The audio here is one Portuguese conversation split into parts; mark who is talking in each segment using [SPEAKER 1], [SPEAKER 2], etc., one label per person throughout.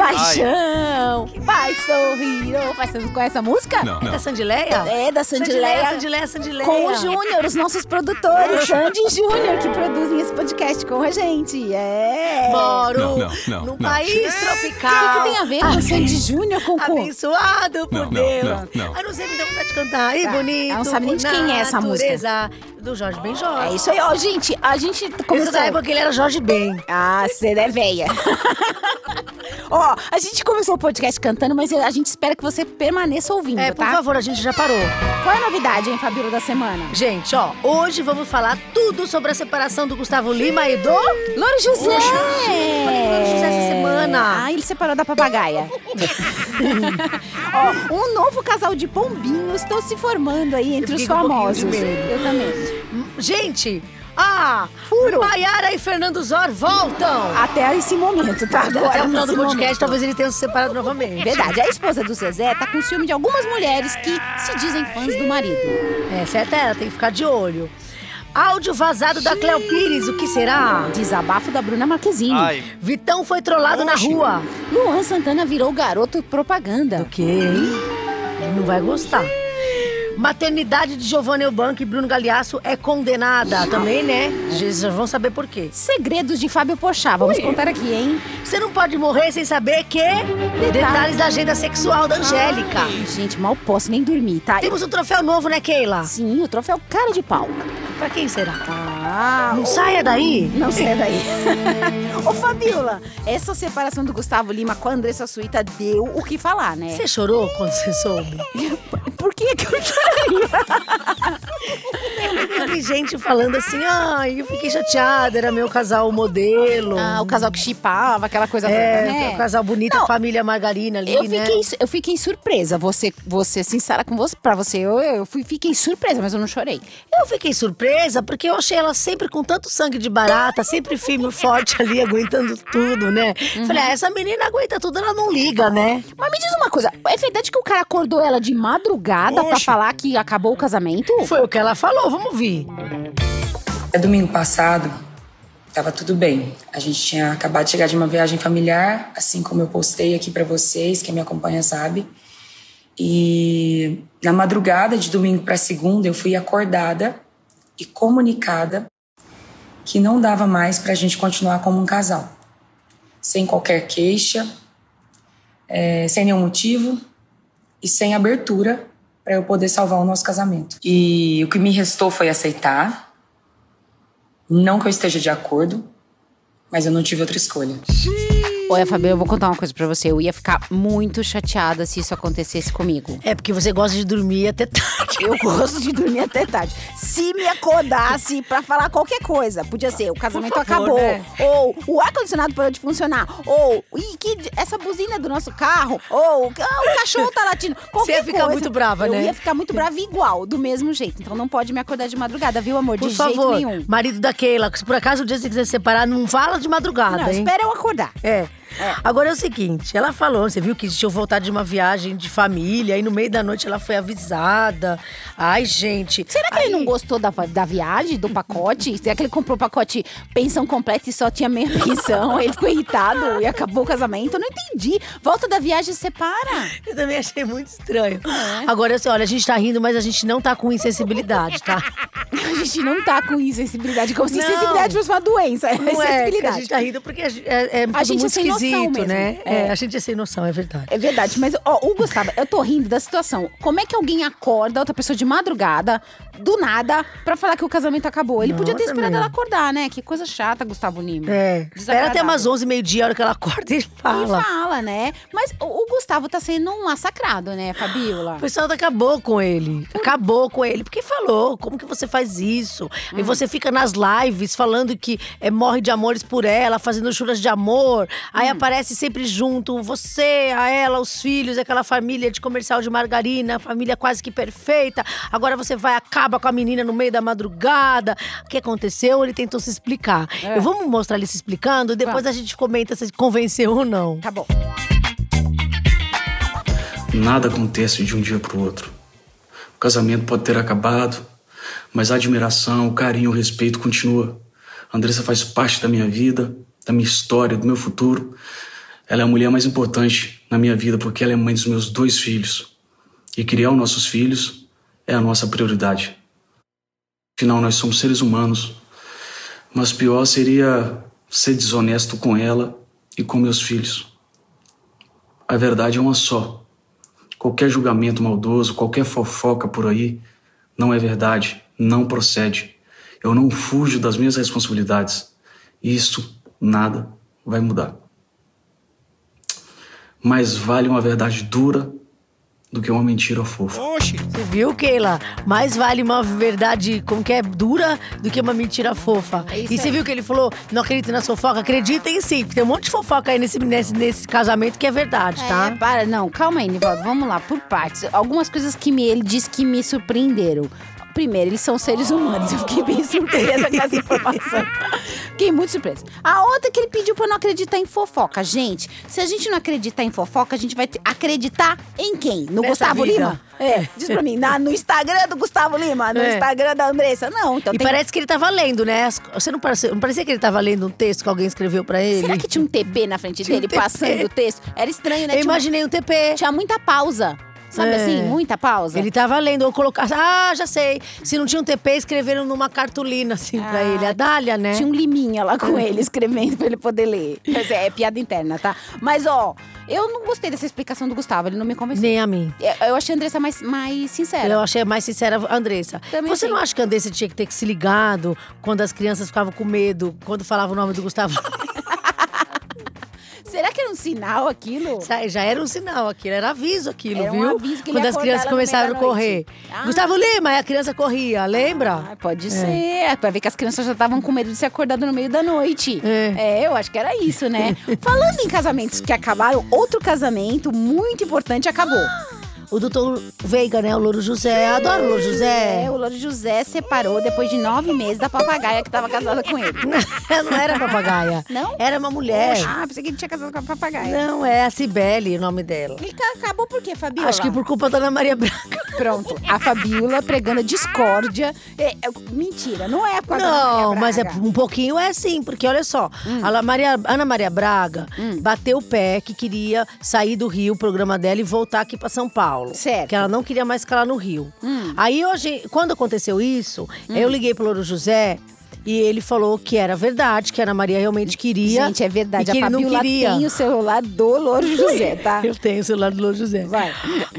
[SPEAKER 1] paixão, vai sorrir. Oh, vai, você não conhece essa música?
[SPEAKER 2] Não,
[SPEAKER 3] É
[SPEAKER 2] não.
[SPEAKER 3] da Sandileia?
[SPEAKER 1] É da Sandileia.
[SPEAKER 3] Sandileia, Sandileia.
[SPEAKER 1] Com o Júnior, os nossos produtores, Sandy e Júnior, que produzem esse podcast com a gente. É.
[SPEAKER 3] Moro
[SPEAKER 2] Não, não, não,
[SPEAKER 3] num
[SPEAKER 2] não.
[SPEAKER 3] país
[SPEAKER 1] O que,
[SPEAKER 3] tropical.
[SPEAKER 1] que tem a ver com o Sandy Júnior, Cocô?
[SPEAKER 3] Abençoado por
[SPEAKER 2] Não, não,
[SPEAKER 3] Deus.
[SPEAKER 2] não, não.
[SPEAKER 3] Ai, não sei, me dá vontade de cantar. Ei,
[SPEAKER 1] Tá.
[SPEAKER 3] bonito.
[SPEAKER 1] Ela não sabe nem de quem é essa música.
[SPEAKER 3] natureza, Do Jorge Ben
[SPEAKER 1] É
[SPEAKER 3] Jorge.
[SPEAKER 1] isso aí, ó, gente. A gente
[SPEAKER 3] Isso
[SPEAKER 1] começou.
[SPEAKER 3] da época que ele era Jorge Ben.
[SPEAKER 1] Ah, você é velha. Ó, a gente começou o podcast cantando, mas a gente espera que você permaneça ouvindo,
[SPEAKER 3] É, por
[SPEAKER 1] tá?
[SPEAKER 3] favor, a gente já parou.
[SPEAKER 1] Qual é a novidade, hein, Fabíola, da semana?
[SPEAKER 3] Gente, ó, hoje vamos falar tudo sobre a separação do Gustavo Lima e do...
[SPEAKER 1] Louro José!
[SPEAKER 3] Louro José. Falei do Louro José essa semana.
[SPEAKER 1] Ah, ele separou da papagaia. Ó, um novo casal de pombinhos estão se formando aí entre
[SPEAKER 3] Eu
[SPEAKER 1] os
[SPEAKER 3] fiquei com um pouquinho
[SPEAKER 1] famosos.
[SPEAKER 3] de medo.
[SPEAKER 1] Eu também.
[SPEAKER 3] Gente, ah, Furo. Maiara e Fernando Zor voltam.
[SPEAKER 1] Até esse momento, tá? Agora,
[SPEAKER 3] Até o final do
[SPEAKER 1] nesse
[SPEAKER 3] podcast,
[SPEAKER 1] momento.
[SPEAKER 3] talvez ele tenha se separado novamente.
[SPEAKER 1] Verdade, a esposa do Zezé tá com ciúme de algumas mulheres que se dizem fãs do marido.
[SPEAKER 3] É, certo, ela tem que ficar de olho. Áudio vazado da Cleo Pires, o que será?
[SPEAKER 1] Desabafo da Bruna Marquezine.
[SPEAKER 4] Ai,
[SPEAKER 3] Vitão foi trollado na rua.
[SPEAKER 1] Luan Santana virou garoto propaganda.
[SPEAKER 3] Ok. Ele não vai gostar. Maternidade de Giovanna Eubank e Bruno Galeasso é condenada também, né? Vocês já vão saber por quê.
[SPEAKER 1] Segredos de Fábio Pochá, vamos contar aqui, hein?
[SPEAKER 3] Você não pode morrer sem saber que... Detalhes da agenda sexual da Angélica.
[SPEAKER 1] Gente, mal posso nem dormir, tá?
[SPEAKER 3] Temos um troféu novo, né, Keila?
[SPEAKER 1] Sim, o troféu cara de pau.
[SPEAKER 3] Pra quem será?
[SPEAKER 1] Ah,
[SPEAKER 3] Não saia daí.
[SPEAKER 1] Não sei daí. Ô, Fabiola, essa separação do Gustavo Lima com a Andressa Suíta deu o que falar, né?
[SPEAKER 3] Você chorou quando você soube?
[SPEAKER 1] Por que que eu choraria?
[SPEAKER 3] Teve gente falando assim, ai, eu fiquei chateada, era meu casal modelo.
[SPEAKER 1] Ah, o casal que chipava, aquela coisa
[SPEAKER 3] É,
[SPEAKER 1] toda, né?
[SPEAKER 3] o casal bonito,
[SPEAKER 1] Não.
[SPEAKER 3] a família Margarina ali,
[SPEAKER 1] Eu
[SPEAKER 3] né?
[SPEAKER 1] fiquei, su- eu fiquei surpresa, você, você sincera com você, pra você, eu, eu fui, fiquei surpresa, mas eu não chorei.
[SPEAKER 3] Eu fiquei surpresa porque eu achei ela sempre com tanto sangue de barata, sempre firme, forte ali, aguentando tudo, né?
[SPEAKER 1] Uhum.
[SPEAKER 3] Falei, ah, essa menina aguenta tudo, ela não liga, né?
[SPEAKER 1] Mas me diz uma coisa, é verdade que o cara acordou ela de madrugada pra
[SPEAKER 4] Oxe.
[SPEAKER 1] falar que acabou o casamento?
[SPEAKER 3] Foi o que ela falou, vamos ouvir.
[SPEAKER 5] Até É domingo passado, tava tudo bem. A gente tinha acabado de chegar de uma viagem familiar, assim como eu postei aqui pra vocês, quem me acompanha sabe. E na madrugada de domingo pra segunda, eu fui acordada e comunicada que não dava mais pra gente continuar como um casal. Sem qualquer queixa, eh, sem nenhum motivo e sem abertura pra eu poder salvar o nosso casamento. E o que me restou foi aceitar, não que eu esteja de acordo, mas eu não tive outra escolha.
[SPEAKER 1] Olha, Fabiola, eu vou contar uma coisa pra você, eu ia ficar muito chateada se isso acontecesse comigo.
[SPEAKER 3] É porque você gosta de dormir até tarde.
[SPEAKER 1] Eu gosto de dormir até tarde. Se me acordasse pra falar qualquer coisa, podia ser o casamento
[SPEAKER 3] Por favor,
[SPEAKER 1] acabou,
[SPEAKER 3] né?
[SPEAKER 1] ou o ar-condicionado parou de funcionar, ou "Ih, que d- essa buzina do nosso carro, ou "Ah, o cachorro tá latindo. Qualquer
[SPEAKER 3] ia ficar
[SPEAKER 1] coisa,
[SPEAKER 3] muito brava,
[SPEAKER 1] eu
[SPEAKER 3] né?
[SPEAKER 1] Eu ia ficar muito brava igual, do mesmo jeito. Então não pode me acordar de madrugada, viu, amor?
[SPEAKER 3] Por
[SPEAKER 1] de
[SPEAKER 3] favor,
[SPEAKER 1] jeito nenhum.
[SPEAKER 3] marido da Keila, se por acaso o dia que você quiser se separar, não fala de madrugada,
[SPEAKER 1] Não,
[SPEAKER 3] hein?
[SPEAKER 1] espera eu acordar.
[SPEAKER 3] É. Agora é o seguinte, ela falou, você viu que tinha voltado de uma viagem de família, aí no meio da noite ela foi avisada. Ai, gente.
[SPEAKER 1] Será que ele
[SPEAKER 3] Aí-
[SPEAKER 1] não gostou da, da viagem, do pacote? Será que ele comprou o pacote pensão completa e só tinha meia pensão? ele ficou irritado e acabou o casamento? Eu não entendi. Volta da viagem e separa.
[SPEAKER 3] Eu também achei muito estranho.
[SPEAKER 1] Ah, é?
[SPEAKER 3] Agora, assim, olha, a gente tá rindo, mas a gente não tá com insensibilidade, tá?
[SPEAKER 1] A gente não tá com insensibilidade, como se
[SPEAKER 3] Não.
[SPEAKER 1] insensibilidade fosse uma doença. É
[SPEAKER 3] Não é, que a
[SPEAKER 1] sensibilidade.
[SPEAKER 3] gente tá rindo porque a gente é, é tudo
[SPEAKER 1] gente é
[SPEAKER 3] muito
[SPEAKER 1] sem noção
[SPEAKER 3] esquisito,
[SPEAKER 1] mesmo.
[SPEAKER 3] né? É.
[SPEAKER 1] É.
[SPEAKER 3] a gente é sem noção, é verdade.
[SPEAKER 1] É verdade, mas ó, o Gustavo, eu tô rindo da situação. Como é que alguém acorda outra pessoa de madrugada, do nada, pra falar que o casamento acabou? Ele podia ter
[SPEAKER 3] Nossa,
[SPEAKER 1] esperado
[SPEAKER 3] meu.
[SPEAKER 1] ela acordar, né? Que coisa chata, Gustavo Lima.
[SPEAKER 3] É. Espera até
[SPEAKER 1] Desagradável.
[SPEAKER 3] umas 11, meio-dia, a hora que ela acorda e fala.
[SPEAKER 1] E fala, né? Mas o, o Gustavo tá sendo um massacrado, né, Fabiola?
[SPEAKER 3] O pessoal acabou com ele. Acabou com ele. Porque falou, como que você faz isso? E você fica nas lives falando que é, morre de amores por ela, fazendo juras de amor. Aí aparece sempre junto você, a ela, os filhos, aquela família de comercial de margarina, família quase que perfeita. Agora você vai, acaba com a menina no meio da madrugada. O que aconteceu? Ele tentou se explicar.
[SPEAKER 1] É.
[SPEAKER 3] Eu vamos mostrar ele se explicando, depois a gente comenta se convenceu ou não.
[SPEAKER 1] Tá bom.
[SPEAKER 6] Nada acontece de um dia para o outro. O casamento pode ter acabado, mas a admiração, o carinho, o respeito continua. A Andressa faz parte da minha vida, da minha história, do meu futuro. Ela é a mulher mais importante na minha vida porque ela é mãe dos meus dois filhos. E criar os nossos filhos é a nossa prioridade. Afinal, nós somos seres humanos. Mas pior seria ser desonesto com ela e com meus filhos. A verdade é uma só. Qualquer julgamento maldoso, qualquer fofoca por aí, não é verdade, não procede. Eu não fujo das minhas responsabilidades. Isso, nada, vai mudar. Mais vale uma verdade dura do que uma mentira fofa.
[SPEAKER 2] Oxi.
[SPEAKER 3] Você viu, Keila? Mais vale uma verdade, como que é, dura do que uma mentira fofa.
[SPEAKER 1] É
[SPEAKER 3] e você viu que ele falou, não acredita na fofoca? Acreditem sim, porque tem um monte de fofoca aí nesse, nesse, nesse casamento que é verdade,
[SPEAKER 1] É,
[SPEAKER 3] tá?
[SPEAKER 1] para, não, calma aí, Nivaldo. Vamos lá, por partes. Algumas coisas que me- ele disse que me surpreenderam. Primeiro, eles são seres humanos. Eu fiquei bem surpresa com essa informação. Fiquei muito surpresa. A outra é que ele pediu pra eu não acreditar em fofoca. Gente, se a gente não acreditar em fofoca, a gente vai te- acreditar em quem? No
[SPEAKER 3] Nessa
[SPEAKER 1] Gustavo
[SPEAKER 3] vida.
[SPEAKER 1] Lima? É, diz pra mim. na- no Instagram do Gustavo Lima, no
[SPEAKER 3] É.
[SPEAKER 1] Instagram da Andressa. Não, então
[SPEAKER 3] E
[SPEAKER 1] tem
[SPEAKER 3] parece que ele tava lendo, né? As- Você não parecia, não parecia que ele tava lendo um texto que alguém escreveu pra ele?
[SPEAKER 1] Será que tinha um TP na frente
[SPEAKER 3] Tinha um
[SPEAKER 1] dele,
[SPEAKER 3] TP.
[SPEAKER 1] passando o texto? Era estranho, né?
[SPEAKER 3] Eu
[SPEAKER 1] Tinha uma-
[SPEAKER 3] imaginei um TP.
[SPEAKER 1] Tinha muita pausa. Sabe
[SPEAKER 3] É.
[SPEAKER 1] assim? Muita pausa.
[SPEAKER 3] Ele tava lendo, ou colocar. Ah, já sei. Se não tinha um TP, escreveram numa cartolina, assim, pra
[SPEAKER 1] Ah,
[SPEAKER 3] ele. A Dália, né? É.
[SPEAKER 1] Tinha um liminha lá com ele, escrevendo pra ele poder ler. Mas é, é piada interna, tá? Mas, ó, eu não gostei dessa explicação do Gustavo, ele não me convenceu.
[SPEAKER 3] Nem a mim.
[SPEAKER 1] Eu- Eu achei a Andressa mais, mais sincera.
[SPEAKER 3] Eu achei mais sincera a Andressa.
[SPEAKER 1] Também
[SPEAKER 3] Você
[SPEAKER 1] achei.
[SPEAKER 3] não acha que a Andressa tinha que ter que se ligado quando as crianças ficavam com medo, quando falava o nome do Gustavo?
[SPEAKER 1] Será que era um sinal aquilo?
[SPEAKER 3] Já- Já era um sinal aquilo, era aviso aquilo,
[SPEAKER 1] Era um
[SPEAKER 3] viu?
[SPEAKER 1] aviso que ele
[SPEAKER 3] quando
[SPEAKER 1] ia
[SPEAKER 3] as
[SPEAKER 1] acordar
[SPEAKER 3] crianças
[SPEAKER 1] ela no meio da
[SPEAKER 3] começaram a correr.
[SPEAKER 1] noite. Ah.
[SPEAKER 3] Gustavo Lima, aí a criança corria, lembra?
[SPEAKER 1] Ah, pode
[SPEAKER 3] É.
[SPEAKER 1] ser. Vai ver que as crianças já estavam com medo de ser acordado no meio da noite. É, eu acho que era isso, né? Falando em casamentos que acabaram, outro casamento muito importante acabou. Ah.
[SPEAKER 3] O doutor Veiga, né? O Louro José. Eu adoro o Louro José.
[SPEAKER 1] É, o Louro José separou depois de nove meses da papagaia que tava casada com ele.
[SPEAKER 3] não era papagaia.
[SPEAKER 1] Não?
[SPEAKER 3] Era uma mulher.
[SPEAKER 1] Ah, pensei que ele tinha casado com a papagaia.
[SPEAKER 3] É. Não, é a Cibele o nome dela.
[SPEAKER 1] Ele ca- acabou por quê, Fabiola?
[SPEAKER 3] Acho que por culpa da Ana Maria Braga.
[SPEAKER 1] Pronto, a Fabiola pregando discórdia. É, é- mentira, não é com a
[SPEAKER 3] Não, mas é
[SPEAKER 1] por
[SPEAKER 3] um pouquinho é sim, porque olha só,
[SPEAKER 1] Hum.
[SPEAKER 3] a La Maria- Ana Maria Braga bateu o pé que queria sair do Rio, o programa dela, e voltar aqui pra São Paulo.
[SPEAKER 1] Certo.
[SPEAKER 3] Que ela não queria mais ficar lá no Rio.
[SPEAKER 1] Hum.
[SPEAKER 3] Aí hoje, quando aconteceu isso, eu liguei pro Louro José. E ele falou que era verdade, que a Ana Maria realmente queria.
[SPEAKER 1] Gente, é
[SPEAKER 3] e
[SPEAKER 1] verdade.
[SPEAKER 3] que
[SPEAKER 1] A
[SPEAKER 3] ele não
[SPEAKER 1] Fabiola
[SPEAKER 3] queria.
[SPEAKER 1] tem o celular do Louro José, tá?
[SPEAKER 3] Eu tenho o celular do Louro José.
[SPEAKER 1] Vai.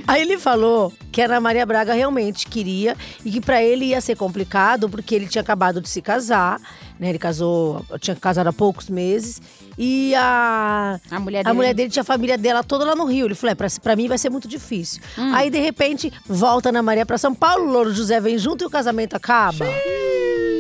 [SPEAKER 3] Aí ele falou que a Ana Maria Braga realmente queria e que pra ele ia ser complicado porque ele tinha acabado de se casar, né? Ele casou, tinha casado há poucos meses e a
[SPEAKER 1] A mulher
[SPEAKER 3] a
[SPEAKER 1] É dele-
[SPEAKER 3] mulher dele tinha a família dela toda lá no Rio. Ele falou: é, pra, pra mim vai ser muito difícil. Aí, de repente, volta a Ana Maria pra São Paulo, o Louro José vem junto e o casamento acaba.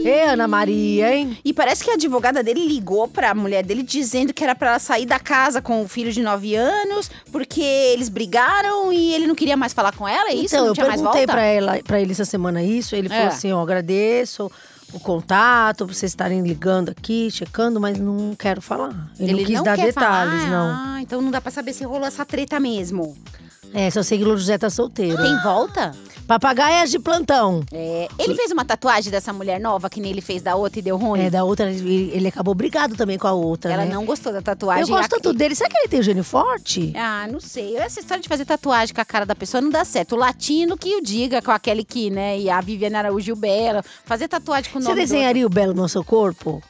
[SPEAKER 3] Ê, Ana Maria, hein?
[SPEAKER 1] E parece que a advogada dele ligou pra mulher dele dizendo que era pra ela sair da casa com o filho de 9 anos, porque eles brigaram e ele não queria mais falar com ela, é isso?
[SPEAKER 3] Então,
[SPEAKER 1] não
[SPEAKER 3] eu
[SPEAKER 1] tinha mais
[SPEAKER 3] perguntei
[SPEAKER 1] volta?
[SPEAKER 3] pra, ela, pra ele essa semana isso, ele
[SPEAKER 1] É.
[SPEAKER 3] falou assim, ó, agradeço o contato, pra vocês estarem ligando aqui, checando, mas não quero falar. Ele, não quis dar
[SPEAKER 1] quer
[SPEAKER 3] detalhes,
[SPEAKER 1] falar.
[SPEAKER 3] não.
[SPEAKER 1] Ah, então não dá pra saber se rolou essa treta mesmo.
[SPEAKER 3] É, só sei que o Louro José tá solteiro.
[SPEAKER 1] Tem volta?
[SPEAKER 3] Papagaias de plantão.
[SPEAKER 1] É, ele fez uma tatuagem dessa mulher nova, que nem ele fez da outra e deu ruim.
[SPEAKER 3] É, da outra, ele, ele acabou brigado também com a outra,
[SPEAKER 1] Ela
[SPEAKER 3] né?
[SPEAKER 1] não gostou da
[SPEAKER 3] Eu
[SPEAKER 1] tatuagem.
[SPEAKER 3] gosto
[SPEAKER 1] A-
[SPEAKER 3] tanto dele. Será que ele tem gênio forte?
[SPEAKER 1] Ah, não sei. Essa história de fazer tatuagem com a cara da pessoa não dá certo. O latino que o diga com aquele que, né? E a Viviane Araújo e o Belo. Fazer tatuagem com o
[SPEAKER 3] Você
[SPEAKER 1] nome do
[SPEAKER 3] desenharia o belo no seu corpo?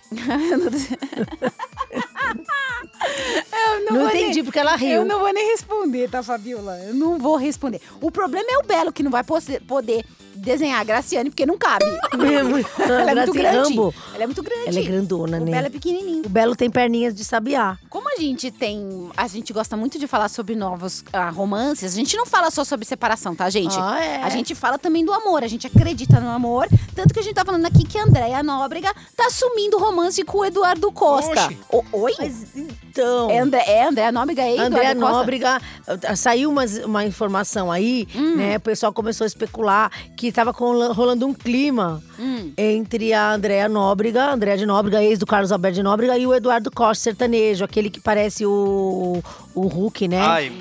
[SPEAKER 3] Não
[SPEAKER 1] vou
[SPEAKER 3] entendi porque ela riu.
[SPEAKER 1] Eu não vou nem responder, tá, Fabiola? Eu não vou responder. O problema é o Belo, que não vai pose- poder desenhar a Graciane, porque não cabe.
[SPEAKER 3] É muito-
[SPEAKER 1] Ela é muito
[SPEAKER 3] Graciane
[SPEAKER 1] grande.
[SPEAKER 3] Rambo.
[SPEAKER 1] Ela é muito grande.
[SPEAKER 3] Ela é grandona,
[SPEAKER 1] o
[SPEAKER 3] né?
[SPEAKER 1] Belo é pequenininho.
[SPEAKER 3] O Belo tem perninhas de sabiá.
[SPEAKER 1] Como a gente tem. A gente gosta muito de falar sobre novos ah, romances, a gente não fala só sobre separação, tá, gente?
[SPEAKER 3] Ah, é.
[SPEAKER 1] A gente fala também do amor, a gente acredita no amor. Tanto que a gente tá falando aqui que a Andréia Nóbrega tá assumindo o romance com o Eduardo Costa.
[SPEAKER 2] Oxi.
[SPEAKER 1] O- oi?
[SPEAKER 3] Mas então.
[SPEAKER 1] É, André, é Andréia Nóbrega e
[SPEAKER 3] Andréa
[SPEAKER 1] Eduardo Costa?
[SPEAKER 3] Nóbrega, eh, saiu umas- uma, informação aí,
[SPEAKER 1] Hum.
[SPEAKER 3] né? O pessoal começou a especular que estava rolando um clima
[SPEAKER 1] Hum.
[SPEAKER 3] entre a Andréa Nóbrega, Andréa de Nóbrega, ex do Carlos Alberto de Nóbrega, e o Eduardo Costa, sertanejo, aquele que parece o, o Hulk, né?
[SPEAKER 2] Ai,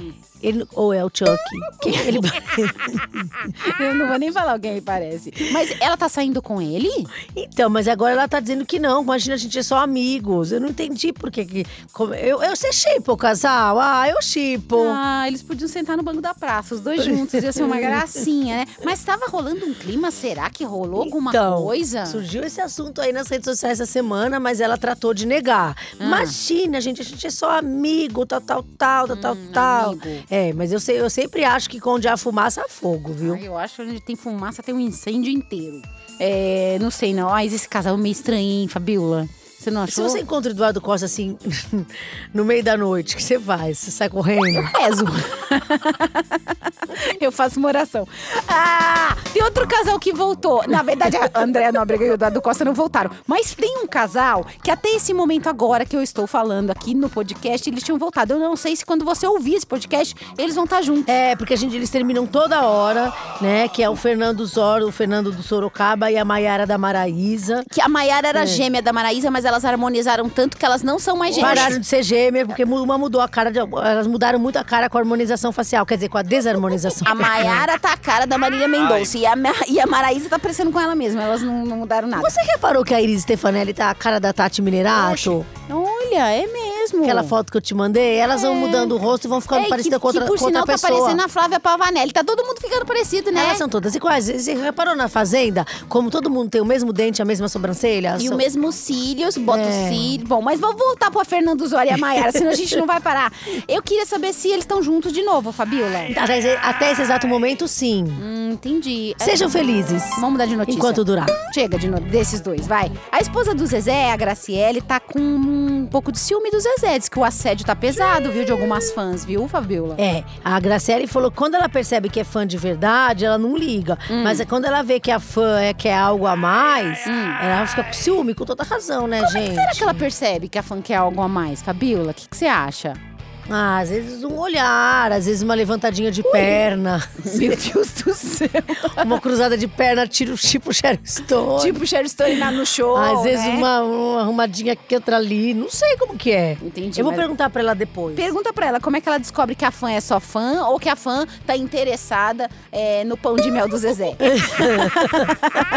[SPEAKER 3] Ele, ou é o Chuck? Quem ele...
[SPEAKER 1] Eu não vou nem falar alguém me parece. Mas ela tá saindo com ele?
[SPEAKER 3] Então, mas agora ela tá dizendo que não. Imagina, a gente é só amigos. Eu não entendi por que. que como- eu, eu, você chipa o casal? Ah, eu chipo.
[SPEAKER 1] Ah, eles podiam sentar no banco da praça, os dois juntos. Ia ser uma gracinha, né? Mas tava rolando um clima, será que rolou alguma
[SPEAKER 3] Então,
[SPEAKER 1] coisa?
[SPEAKER 3] Surgiu esse assunto aí nas redes sociais essa semana, mas ela tratou de negar.
[SPEAKER 1] Ah.
[SPEAKER 3] Imagina, gente, a gente é só amigo, tal, tal, tal, tal, tal, tal.
[SPEAKER 1] Hum, amigo.
[SPEAKER 3] É, mas eu, sei, eu sempre acho que onde há fumaça há fogo, viu?
[SPEAKER 1] Ai, eu acho que onde tem fumaça tem um incêndio inteiro. É, não sei não. Mas esse casal é meio estranho, hein, Fabiola? Você não
[SPEAKER 3] Se
[SPEAKER 1] achou?
[SPEAKER 3] você encontra o Eduardo Costa assim, no meio da noite, o que você faz? Você sai correndo?
[SPEAKER 1] peso. Eu faço uma oração. Ah, tem outro casal que voltou. Na verdade, a Andréa Nóbrega e o Eduardo Costa não voltaram. Mas tem um casal que até esse momento agora que eu estou falando aqui no podcast, eles tinham voltado. Eu não sei se quando você ouvir esse podcast, eles vão estar juntos.
[SPEAKER 3] É, porque a gente, eles terminam toda hora, né? Que é o Fernando Zoro, o Fernando do Sorocaba e a Maiara da Maraísa.
[SPEAKER 1] Que a Maiara
[SPEAKER 3] É.
[SPEAKER 1] era gêmea da Maraísa, mas elas harmonizaram tanto que elas não são mais gêmeas.
[SPEAKER 3] Pararam de ser gêmea, porque mu- uma mudou a cara, de, elas mudaram muito a cara com a harmonização facial, quer dizer, com a desarmonização.
[SPEAKER 1] A Maiara tá a cara da Marília Mendonça e a, Ma- e a Maraísa tá parecendo com ela mesma. Elas não, não mudaram nada.
[SPEAKER 3] Você reparou que a Iris Stefanelli tá a cara da Tati Minerato?
[SPEAKER 1] Olha, é mesmo.
[SPEAKER 3] Aquela foto que eu te mandei, elas vão mudando o rosto e vão ficando
[SPEAKER 1] É,
[SPEAKER 3] parecidas com outra,
[SPEAKER 1] que por
[SPEAKER 3] com outra
[SPEAKER 1] sinal tá
[SPEAKER 3] pessoa.
[SPEAKER 1] parecendo a Flávia Pavanelli. Tá todo mundo ficando parecido, né?
[SPEAKER 3] Elas são todas iguais. Você reparou na Fazenda? Como todo mundo tem o mesmo dente, a mesma sobrancelha?
[SPEAKER 1] E
[SPEAKER 3] so-
[SPEAKER 1] o mesmo cílios, bota
[SPEAKER 3] É.
[SPEAKER 1] o cílio. Bom, mas vamos voltar pra Fernando Zóia e a Maiara, senão a gente não vai parar. Eu queria saber se eles estão juntos de novo, Fabiola.
[SPEAKER 3] Até, esse- até esse exato momento, sim.
[SPEAKER 1] Hum, entendi. É-
[SPEAKER 3] Sejam felizes.
[SPEAKER 1] Vamos mudar de notícia.
[SPEAKER 3] Enquanto durar.
[SPEAKER 1] Chega de no- desses dois, vai. A esposa do Zezé, a Graciele, tá com um pouco de ciúme do Zezé. Diz que o assédio tá pesado, viu, de algumas fãs, viu, Fabiola?
[SPEAKER 3] É, a Graciele falou que quando ela percebe que é fã de verdade, ela não liga.
[SPEAKER 1] Hum.
[SPEAKER 3] Mas é quando ela vê que a fã é que é algo a mais, ela fica com ciúme, com toda razão, né, gente?
[SPEAKER 1] Será Hum. é que ela percebe que a fã quer algo a mais, Fabiola? O que que você acha?
[SPEAKER 3] Ah, às vezes um olhar, às vezes uma levantadinha de perna,
[SPEAKER 1] Meu Deus do céu.
[SPEAKER 3] uma cruzada de perna, tiro tipo Sharon Stone.
[SPEAKER 1] Tipo Sherry Stone na- no show.
[SPEAKER 3] às vezes
[SPEAKER 1] né?
[SPEAKER 3] uma, uma arrumadinha aqui, outra ali, não sei como que é.
[SPEAKER 1] Entendi,
[SPEAKER 3] Eu vou
[SPEAKER 1] mas-
[SPEAKER 3] perguntar pra ela depois.
[SPEAKER 1] Pergunta pra ela como é que ela descobre que a fã é só fã ou que a fã tá interessada é, no pão de mel do Zezé.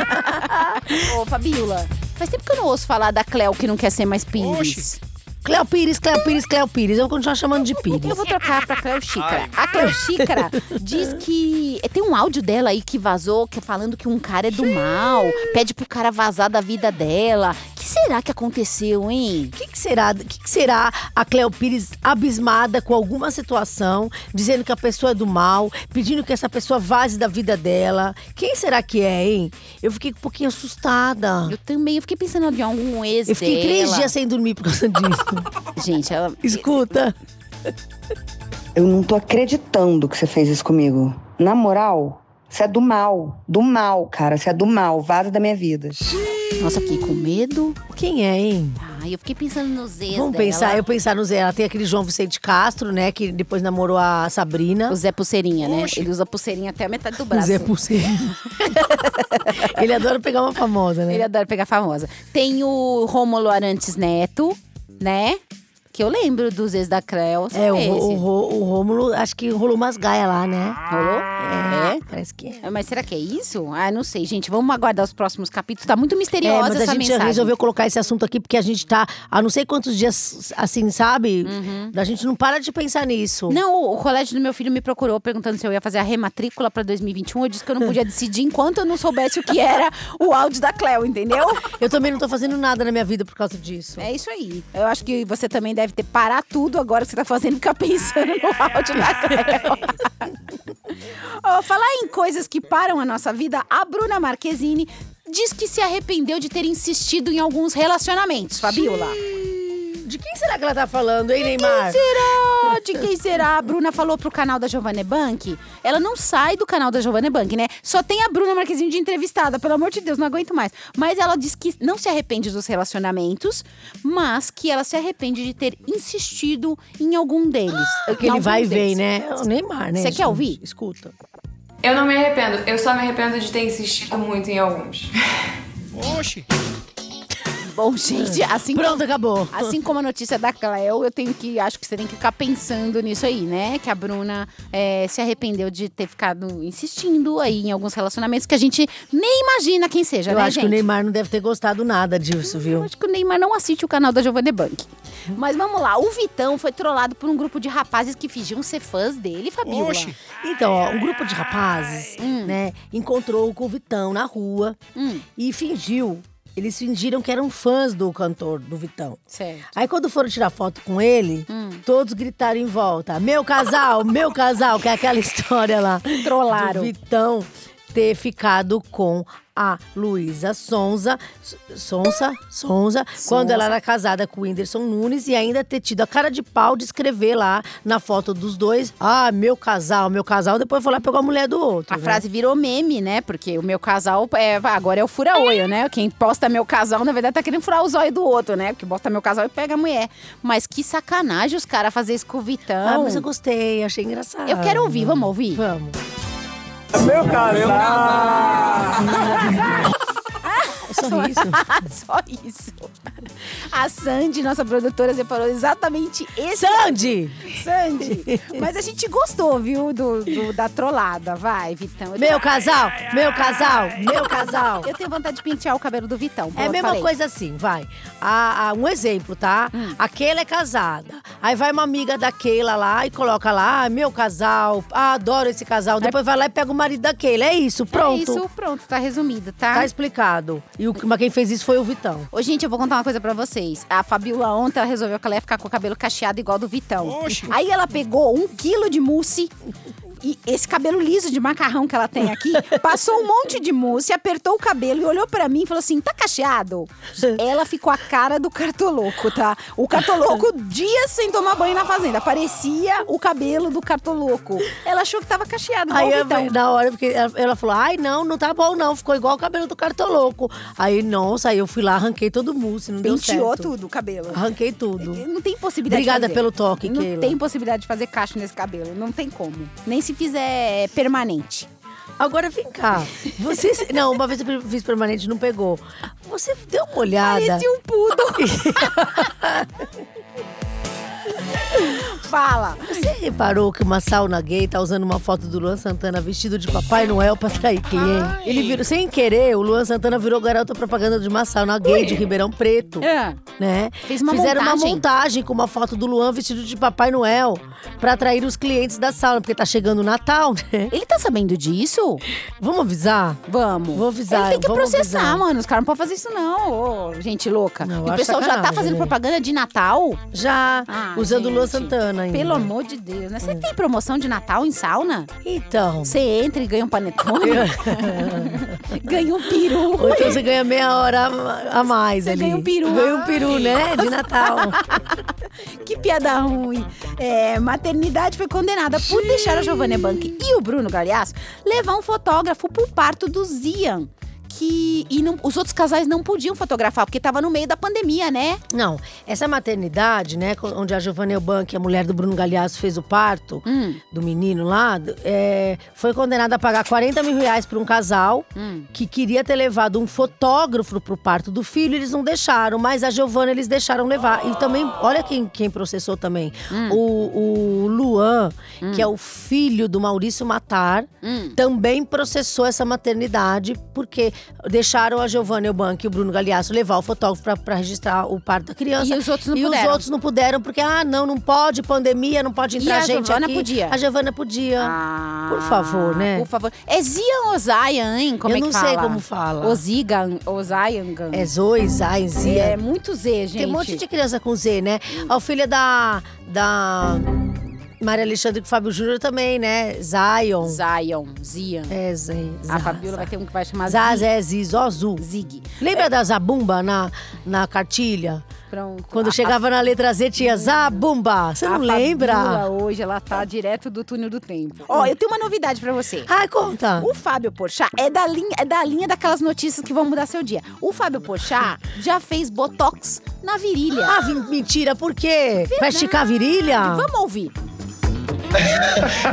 [SPEAKER 1] Ô, Fabiola, faz tempo que eu não ouço falar da Cleo que não quer ser mais Pires.
[SPEAKER 3] Cleo Pires, Cleo Pires, Cleo Pires, eu vou continuar chamando de
[SPEAKER 1] Eu
[SPEAKER 3] Pires.
[SPEAKER 1] vou trocar pra Cleo Xícara. A Cleo Xícara diz que. é, Tem um áudio dela aí que vazou, que é falando que um cara é do mal, pede pro cara vazar da vida dela. O que será que aconteceu, hein?
[SPEAKER 3] O que, que será? O que, que será a Cleo Pires abismada com alguma situação, dizendo que a pessoa é do mal, pedindo que essa pessoa vaze da vida dela? Quem será que é, hein? Eu fiquei um pouquinho assustada.
[SPEAKER 1] Eu também, eu fiquei pensando em algum ex
[SPEAKER 3] Eu fiquei três
[SPEAKER 1] dela.
[SPEAKER 3] dias sem dormir por causa disso.
[SPEAKER 1] Gente, ela...
[SPEAKER 3] Escuta.
[SPEAKER 2] Eu não tô acreditando que você fez isso comigo. Na moral, você é do mal. Do mal, cara. Você é do mal. Vaza da minha vida.
[SPEAKER 1] Nossa, fiquei com medo.
[SPEAKER 3] Quem é, hein?
[SPEAKER 1] Ai, eu fiquei pensando nos ex
[SPEAKER 3] Vamos
[SPEAKER 1] dela.
[SPEAKER 3] pensar, eu pensar no Zé. Ela tem aquele João Vicente Castro, né? Que depois namorou a Sabrina.
[SPEAKER 1] O Zé Pulseirinha, né? Ele usa pulseirinha até a metade do
[SPEAKER 3] O
[SPEAKER 1] braço.
[SPEAKER 3] Zé Pulseira. Ele adora pegar uma famosa, né?
[SPEAKER 1] Ele adora pegar famosa. Tem o Rômulo Arantes Neto, né? Que eu lembro dos ex da Creu.
[SPEAKER 3] É, o, Ro-
[SPEAKER 1] Rolou?
[SPEAKER 3] o, Ro- o Rômulo, acho que rolou umas gaias lá, né?
[SPEAKER 1] É.
[SPEAKER 3] Parece que é.
[SPEAKER 1] É, Mas será que é isso? Ah, não sei, gente. Vamos aguardar os próximos capítulos. Tá muito
[SPEAKER 3] É,
[SPEAKER 1] misteriosa
[SPEAKER 3] mas a
[SPEAKER 1] essa
[SPEAKER 3] gente
[SPEAKER 1] mensagem.
[SPEAKER 3] resolveu colocar esse assunto aqui porque a gente tá há não sei quantos dias, assim, sabe? A gente não para de pensar nisso.
[SPEAKER 1] Uhum. Não, o colégio do meu filho me procurou perguntando se eu ia fazer a rematrícula pra 2021. Eu disse que eu não podia decidir enquanto eu não soubesse o que era o áudio da Cleo, entendeu?
[SPEAKER 3] Eu também não tô fazendo nada na minha vida por causa disso.
[SPEAKER 1] É isso aí. Eu acho que você também deve ter parar tudo agora que você tá fazendo, ficar pensando no áudio da Cleo. Ó, falar em coisas que param a nossa vida, a Bruna Marquezine diz que se arrependeu de ter insistido em alguns relacionamentos, Fabiola.
[SPEAKER 3] De quem será que ela tá falando, hein, Neymar?
[SPEAKER 1] Será? De quem será? A Bruna falou pro canal da Giovanna Bank. Ela não sai do canal da Giovanna Bank, né? Só tem a Bruna Marquezine de entrevistada, pelo amor de Deus, não aguento mais. Mas ela diz que não se arrepende dos relacionamentos, mas que ela se arrepende de ter insistido em algum deles.
[SPEAKER 3] Porque É ele vai e vem, né? O Neymar, né?
[SPEAKER 1] Você quer
[SPEAKER 3] gente?
[SPEAKER 1] ouvir?
[SPEAKER 3] Escuta.
[SPEAKER 4] Eu não me arrependo, eu só me arrependo de ter insistido muito em alguns.
[SPEAKER 1] Bom, gente, assim
[SPEAKER 3] Pronto, acabou.
[SPEAKER 1] Assim como a notícia da Cleo, eu tenho que. Acho que você tem que ficar pensando nisso aí, né? Que a Bruna eh, se arrependeu de ter ficado insistindo aí em alguns relacionamentos que a gente nem imagina quem seja,
[SPEAKER 3] Eu
[SPEAKER 1] né,
[SPEAKER 3] acho
[SPEAKER 1] gente?
[SPEAKER 3] que o Neymar não deve ter gostado nada disso,
[SPEAKER 1] Eu
[SPEAKER 3] viu?
[SPEAKER 1] acho que o Neymar não assiste o canal da Giovanna Bank. Mas vamos lá, o Vitão foi trollado por um grupo de rapazes que fingiam ser fãs dele, Fabiola.
[SPEAKER 7] Oxi.
[SPEAKER 3] Então, ó, um grupo de rapazes, né, encontrou o Vitão na rua
[SPEAKER 1] Hum.
[SPEAKER 3] e fingiu. Eles fingiram que eram fãs do cantor, do Vitão.
[SPEAKER 1] Certo.
[SPEAKER 3] Aí quando foram tirar foto com ele,
[SPEAKER 1] Hum.
[SPEAKER 3] todos gritaram em volta: Meu casal, meu casal, que é aquela história lá.
[SPEAKER 1] Trollaram.
[SPEAKER 3] Do Vitão ter ficado com a Luísa Sonza, Sonza, Sonza, quando ela era casada com o Whindersson Nunes e ainda ter tido a cara de pau de escrever lá na foto dos dois: Ah, meu casal, meu casal, depois foi lá e pegou a mulher do outro.
[SPEAKER 1] A
[SPEAKER 3] né?
[SPEAKER 1] frase virou meme, né? Porque o meu casal é, agora é o fura-olho, né? Quem posta meu casal, na verdade, tá querendo furar os olhos do outro, né? Porque posta meu casal e pega a mulher. Mas que sacanagem os caras fazer isso com o Vitão.
[SPEAKER 3] Ah, mas eu Ah, gostei, achei engraçado.
[SPEAKER 1] Eu quero ouvir, vamos ouvir?
[SPEAKER 3] Vamos. Meu casal! É sorriso.
[SPEAKER 1] Só isso. A Sandy, nossa produtora, separou exatamente esse.
[SPEAKER 3] Sandy!
[SPEAKER 1] Sandy! Mas a gente gostou, viu, do, do- da trollada. Vai, Vitão. Eu
[SPEAKER 3] Meu
[SPEAKER 1] tenho-
[SPEAKER 3] casal, meu casal, meu casal.
[SPEAKER 1] Eu tenho vontade de pentear o cabelo do Vitão.
[SPEAKER 3] É a
[SPEAKER 1] pronto,
[SPEAKER 3] mesma
[SPEAKER 1] falei. Hum.
[SPEAKER 3] coisa assim, vai. A- a- um exemplo, tá? Aquela é casada. Aí vai uma amiga da Keila lá e coloca lá, ah, meu casal, ah, adoro esse casal. Depois vai lá e pega o marido da Keila. É isso, pronto.
[SPEAKER 1] É isso, pronto, tá resumido, tá?
[SPEAKER 3] Tá explicado. E o, mas quem fez isso foi o Vitão.
[SPEAKER 1] Ô, gente, eu vou contar uma coisa pra vocês. A Fabiola ontem ela resolveu que ela ia ficar com o cabelo cacheado igual do Vitão.
[SPEAKER 7] Oxe.
[SPEAKER 1] Aí ela pegou um quilo de mousse. E esse cabelo liso de macarrão que ela tem aqui, passou um monte de mousse, apertou o cabelo e olhou pra mim e falou assim: tá cacheado? Ela ficou a cara do cartoloco, tá? O cartoloco dias sem tomar banho na fazenda. Parecia o cabelo do cartoloco. Ela achou que tava cacheado. igual
[SPEAKER 3] Aí
[SPEAKER 1] o
[SPEAKER 3] eu,
[SPEAKER 1] Vitão.
[SPEAKER 3] na hora, porque ela, ela falou: ai, não, não tá bom, não. Ficou igual o cabelo do cartoloco. Aí, nossa, aí eu fui lá, arranquei todo o mousse, não deu
[SPEAKER 1] Penteou
[SPEAKER 3] certo. Ah,
[SPEAKER 1] tudo o cabelo.
[SPEAKER 3] Arranquei tudo.
[SPEAKER 1] Não tem possibilidade
[SPEAKER 3] Obrigada
[SPEAKER 1] de fazer.
[SPEAKER 3] pelo toque,
[SPEAKER 1] Não
[SPEAKER 3] Keila.
[SPEAKER 1] tem possibilidade de fazer cacho nesse cabelo. Não tem como. Nem se fizer permanente.
[SPEAKER 3] Agora vem cá. Você. não, uma vez eu fiz permanente, não pegou. Você deu uma olhada.
[SPEAKER 1] Parecia um pudo. Fala.
[SPEAKER 3] Você reparou que uma sauna gay tá usando uma foto do Luan Santana vestido de Papai Noel pra atrair cliente? Ele virou, sem querer, o Luan Santana virou garota propaganda de uma sauna gay de Ribeirão Preto.
[SPEAKER 1] É.
[SPEAKER 3] Né?
[SPEAKER 1] Fez uma
[SPEAKER 3] Fizeram uma
[SPEAKER 1] montagem.
[SPEAKER 3] montagem com uma foto do Luan vestido de Papai Noel pra atrair os clientes da sauna, porque tá chegando o Natal, né?
[SPEAKER 1] Ele tá sabendo disso?
[SPEAKER 3] Vamos avisar?
[SPEAKER 1] Vamos.
[SPEAKER 3] Vou avisar,
[SPEAKER 1] Ele tem que
[SPEAKER 3] vamos
[SPEAKER 1] processar,
[SPEAKER 3] avisar.
[SPEAKER 1] mano. Os caras não podem fazer isso, não. Ô, gente louca.
[SPEAKER 3] Não,
[SPEAKER 1] e o
[SPEAKER 3] acho
[SPEAKER 1] pessoal já tá
[SPEAKER 3] sacanagem,
[SPEAKER 1] fazendo
[SPEAKER 3] né?
[SPEAKER 1] propaganda de Natal?
[SPEAKER 3] Já,
[SPEAKER 1] Ah,
[SPEAKER 3] usando o Luan
[SPEAKER 1] gente,
[SPEAKER 3] Santana É. ainda.
[SPEAKER 1] Pelo amor de Deus, né? Você tem promoção de Natal em sauna?
[SPEAKER 3] Então.
[SPEAKER 1] Você entra e ganha um panetone? ganha um peru.
[SPEAKER 3] Ou então você ganha meia hora a a mais
[SPEAKER 1] Você
[SPEAKER 3] ali.
[SPEAKER 1] ganha um peru.
[SPEAKER 3] Ganha um peru, né? De Natal.
[SPEAKER 1] Que piada ruim. É, maternidade foi condenada por deixar a Giovanna Bank e o Bruno Galhaço levar um fotógrafo pro parto do Zian. Que, e não- os outros casais não podiam fotografar, porque tava no meio da pandemia, né?
[SPEAKER 3] Não, essa maternidade, né? co- Onde a Giovanna Eubank, a mulher do Bruno Galhaço, fez o parto
[SPEAKER 1] Hum.
[SPEAKER 3] do menino lá, do- é, foi condenada a pagar 40 mil reais por um casal
[SPEAKER 1] Hum.
[SPEAKER 3] que queria ter levado um fotógrafo pro parto do filho, eles não deixaram, mas a Giovanna eles deixaram levar. E também, olha quem, quem processou também.
[SPEAKER 1] Hum.
[SPEAKER 3] O, o Luan, que é o filho do Maurício Matar,
[SPEAKER 1] hum.
[SPEAKER 3] também processou essa maternidade, porque deixaram a Giovanna Eubank e o Bruno Galeasso levar o fotógrafo pra- pra registrar o parto da criança.
[SPEAKER 1] E os outros não
[SPEAKER 3] E os
[SPEAKER 1] puderam.
[SPEAKER 3] outros não puderam, porque, ah, não, não pode, pandemia, não pode
[SPEAKER 1] E
[SPEAKER 3] entrar
[SPEAKER 1] a
[SPEAKER 3] gente
[SPEAKER 1] Giovanna
[SPEAKER 3] aqui.
[SPEAKER 1] podia?
[SPEAKER 3] A Giovanna podia.
[SPEAKER 1] Ah,
[SPEAKER 3] por favor, né?
[SPEAKER 1] Por favor. É Zian ou Zion, hein? Como
[SPEAKER 3] Eu
[SPEAKER 1] é que
[SPEAKER 3] não
[SPEAKER 1] fala?
[SPEAKER 3] sei como fala.
[SPEAKER 1] O Zigan, o Ziangan.
[SPEAKER 3] É Zoe, Zay, Zia.
[SPEAKER 1] É muito Z, gente.
[SPEAKER 3] Tem um monte de criança com Z, né? A filha da. da. Maria Alexandre com Fábio Júnior também, né? Zion.
[SPEAKER 1] Zion, Zian.
[SPEAKER 3] É, Zay.
[SPEAKER 1] A Fabiola É. vai ter um que vai chamar
[SPEAKER 3] Zá,
[SPEAKER 1] Zig.
[SPEAKER 3] Zé, Ziz, Ozu.
[SPEAKER 1] Zig.
[SPEAKER 3] Lembra da Zabumba na, na cartilha?
[SPEAKER 1] Pronto.
[SPEAKER 3] Quando
[SPEAKER 1] A-
[SPEAKER 3] chegava na letra Z tinha Zabumba. Você
[SPEAKER 1] a
[SPEAKER 3] não lembra?
[SPEAKER 1] Fabiola hoje, ela tá direto do túnel do tempo. Ah. Ó, eu tenho uma novidade pra você.
[SPEAKER 3] Ai, conta.
[SPEAKER 1] O Fábio Porchat é da, linha, é da linha daquelas notícias que vão mudar seu dia. O Fábio Porchat já fez Botox na virilha.
[SPEAKER 3] Ah, vi- mentira, por quê? Vai esticar a virilha?
[SPEAKER 1] Vamos ouvir.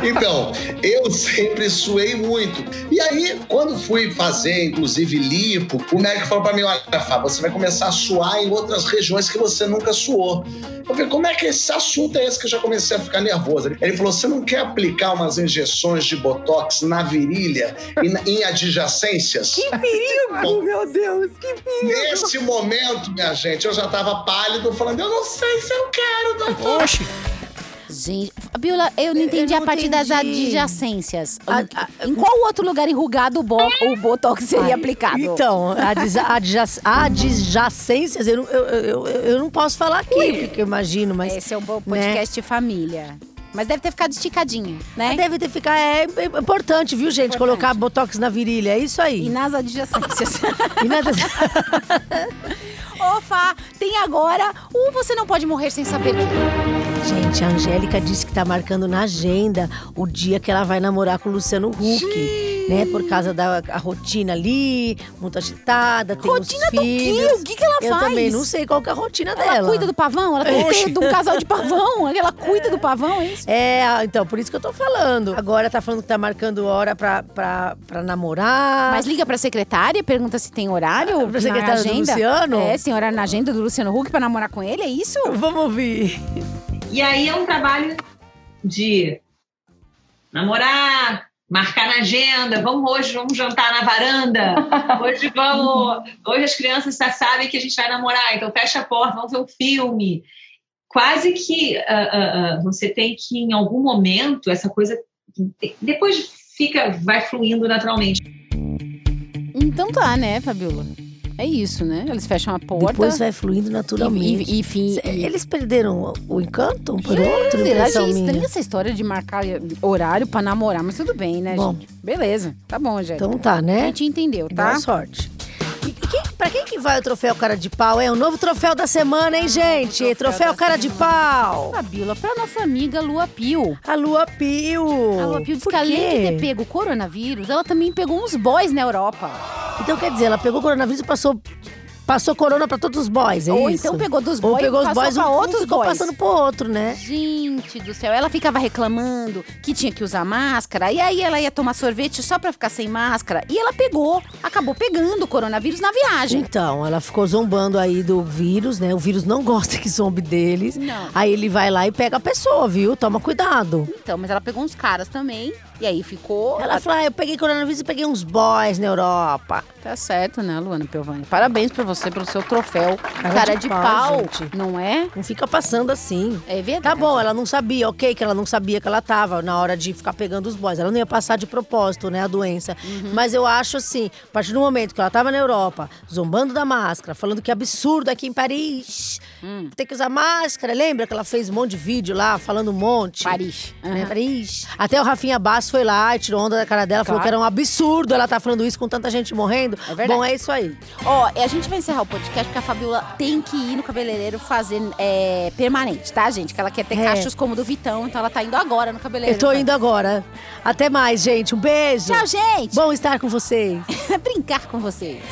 [SPEAKER 7] então, eu sempre suei muito. E aí, quando fui fazer, inclusive, lipo, o médico falou pra mim: olha, Fábio, você vai começar a suar em outras regiões que você nunca suou. Eu falei, como é que esse assunto é esse que eu já comecei a ficar nervoso? Ele falou: você não quer aplicar umas injeções de Botox na virilha e na- em adjacências?
[SPEAKER 8] Que perigo, meu Deus, que perigo.
[SPEAKER 7] Nesse momento, minha gente, eu já tava pálido, falando, eu não sei se eu quero, doutor.
[SPEAKER 8] Oxi.
[SPEAKER 1] Gente, Fabiola, eu não entendi
[SPEAKER 3] não
[SPEAKER 1] a parte das
[SPEAKER 3] entendi.
[SPEAKER 1] adjacências.
[SPEAKER 3] A-
[SPEAKER 1] em qual outro lugar enrugado o, bo o Botox seria aplicado?
[SPEAKER 3] Então, adja- adja- adjacências, eu, não- eu, eu, eu- eu não posso falar aqui, porque eu imagino, mas.
[SPEAKER 1] Esse é um bom
[SPEAKER 3] né?
[SPEAKER 1] podcast família. Mas deve ter ficado esticadinha, né?
[SPEAKER 3] Deve ter ficado. É, é importante, viu, gente? Colocar botox na virilha. É isso aí.
[SPEAKER 1] E nas adjacências.
[SPEAKER 3] E nada-
[SPEAKER 1] Ô, Fá, tem agora um Você Não Pode Morrer Sem Saber. Que...
[SPEAKER 3] Gente, a Angélica disse que tá marcando na agenda o dia que ela vai namorar com o Luciano Huck. Né, por causa da a rotina ali, muito agitada, tem
[SPEAKER 1] Rotina
[SPEAKER 3] os
[SPEAKER 1] do quê?
[SPEAKER 3] filhos.
[SPEAKER 1] O que, que ela
[SPEAKER 3] Eu
[SPEAKER 1] faz?
[SPEAKER 3] também não sei qual que é a rotina
[SPEAKER 1] Ela
[SPEAKER 3] dela.
[SPEAKER 1] cuida do pavão? Ela tem
[SPEAKER 3] Oxi.
[SPEAKER 1] medo de um casal de pavão? Ela cuida do pavão, é isso?
[SPEAKER 3] É, ah, então, por isso que eu tô falando. Agora tá falando que tá marcando hora pra, pra, pra namorar.
[SPEAKER 1] Mas liga pra secretária, pergunta se tem horário
[SPEAKER 3] Pra
[SPEAKER 1] na
[SPEAKER 3] secretária do
[SPEAKER 1] agenda.
[SPEAKER 3] Luciano?
[SPEAKER 1] É, se tem horário na agenda do Luciano Huck pra namorar com ele, é isso?
[SPEAKER 3] Vamos ouvir.
[SPEAKER 9] E aí é um trabalho de namorar, marcar na agenda, vamos hoje, vamos jantar na varanda. Hoje vamos, hoje as crianças já sabem que a gente vai namorar, então fecha a porta, vamos ver um filme. Quase que ah, ah, ah, você tem que em algum momento essa coisa depois fica vai fluindo naturalmente.
[SPEAKER 1] Então tá, né, Fabiola? É isso, né? Eles fecham a porta.
[SPEAKER 3] Depois vai fluindo naturalmente.
[SPEAKER 1] E, e, e fim.
[SPEAKER 3] Cê-
[SPEAKER 1] e-
[SPEAKER 3] Eles perderam o- o encanto um por outro,
[SPEAKER 1] Sei lá,
[SPEAKER 3] impressão
[SPEAKER 1] achei estranha
[SPEAKER 3] minha.
[SPEAKER 1] essa história de marcar horário pra namorar, mas tudo bem, né,
[SPEAKER 3] Bom.
[SPEAKER 1] gente? Beleza. Tá bom, gente.
[SPEAKER 3] Então tá,
[SPEAKER 1] A
[SPEAKER 3] né?
[SPEAKER 1] gente entendeu, tá?
[SPEAKER 3] Boa sorte. E quem, pra quem que vai o troféu cara de pau, hein? O novo troféu da semana, hein, gente?
[SPEAKER 1] Troféu
[SPEAKER 3] Troféu,
[SPEAKER 1] da
[SPEAKER 3] cara de pau.
[SPEAKER 1] Fabiola, pra nossa amiga Lua Pio.
[SPEAKER 3] A Lua Pio.
[SPEAKER 1] A Lua Pio disse
[SPEAKER 3] Por
[SPEAKER 1] que além de ter
[SPEAKER 3] quê?
[SPEAKER 1] pego o coronavírus, ela também pegou uns boys na Europa.
[SPEAKER 3] Então quer dizer, ela pegou o coronavírus e passou, passou corona pra todos os boys, é
[SPEAKER 1] Ou
[SPEAKER 3] isso?
[SPEAKER 1] então pegou dos
[SPEAKER 3] Ou
[SPEAKER 1] boys
[SPEAKER 3] pegou
[SPEAKER 1] e
[SPEAKER 3] os
[SPEAKER 1] passou
[SPEAKER 3] boys,
[SPEAKER 1] pra
[SPEAKER 3] um
[SPEAKER 1] outros
[SPEAKER 3] ficou
[SPEAKER 1] boys.
[SPEAKER 3] passando pro outro, né?
[SPEAKER 1] Gente do céu, ela ficava reclamando que tinha que usar máscara, e aí ela ia tomar sorvete só pra ficar sem máscara, e ela pegou, acabou pegando o coronavírus na viagem.
[SPEAKER 3] Então, ela ficou zombando aí do vírus, né? O vírus não gosta que zombe deles.
[SPEAKER 1] Não.
[SPEAKER 3] Aí ele vai lá e pega a pessoa, viu? Toma cuidado.
[SPEAKER 1] Então, mas ela pegou uns caras também, e aí ficou.
[SPEAKER 3] Ela fala, ah, eu peguei coronavírus e peguei uns boys na Europa.
[SPEAKER 1] Tá certo, né, Luana Piovani? Parabéns pra você pelo seu troféu. Cara, de, pau,
[SPEAKER 3] é gente.
[SPEAKER 1] não é?
[SPEAKER 3] Não fica passando assim.
[SPEAKER 1] É verdade.
[SPEAKER 3] Tá bom, ela não sabia, ok, que ela não sabia que ela tava na hora de ficar pegando os boys. Ela não ia passar de propósito, né, a doença.
[SPEAKER 1] Uhum.
[SPEAKER 3] Mas eu acho assim, a partir do momento que ela tava na Europa, zombando da máscara, falando que absurdo aqui em Paris,
[SPEAKER 1] Hum.
[SPEAKER 3] tem que usar máscara. Lembra que ela fez um monte de vídeo lá, falando um monte?
[SPEAKER 1] Paris.
[SPEAKER 3] Né,
[SPEAKER 1] Aham.
[SPEAKER 3] Paris. Até o Rafinha Bass foi lá e tirou onda da cara dela, falou
[SPEAKER 1] Claro.
[SPEAKER 3] que era um absurdo ela tá falando isso com tanta gente morrendo.
[SPEAKER 1] É verdade.
[SPEAKER 3] Bom, é isso aí.
[SPEAKER 1] Ó, a gente vai encerrar o podcast porque a Fabiola tem que ir no cabeleireiro fazer é, permanente, tá, gente? Que ela quer ter
[SPEAKER 3] É.
[SPEAKER 1] cachos como o do Vitão, então ela tá indo agora no
[SPEAKER 3] Eu
[SPEAKER 1] cabeleireiro.
[SPEAKER 3] tô indo agora. Até mais, gente. Um beijo.
[SPEAKER 1] Tchau, gente!
[SPEAKER 3] Bom estar com vocês.
[SPEAKER 1] Brincar com vocês.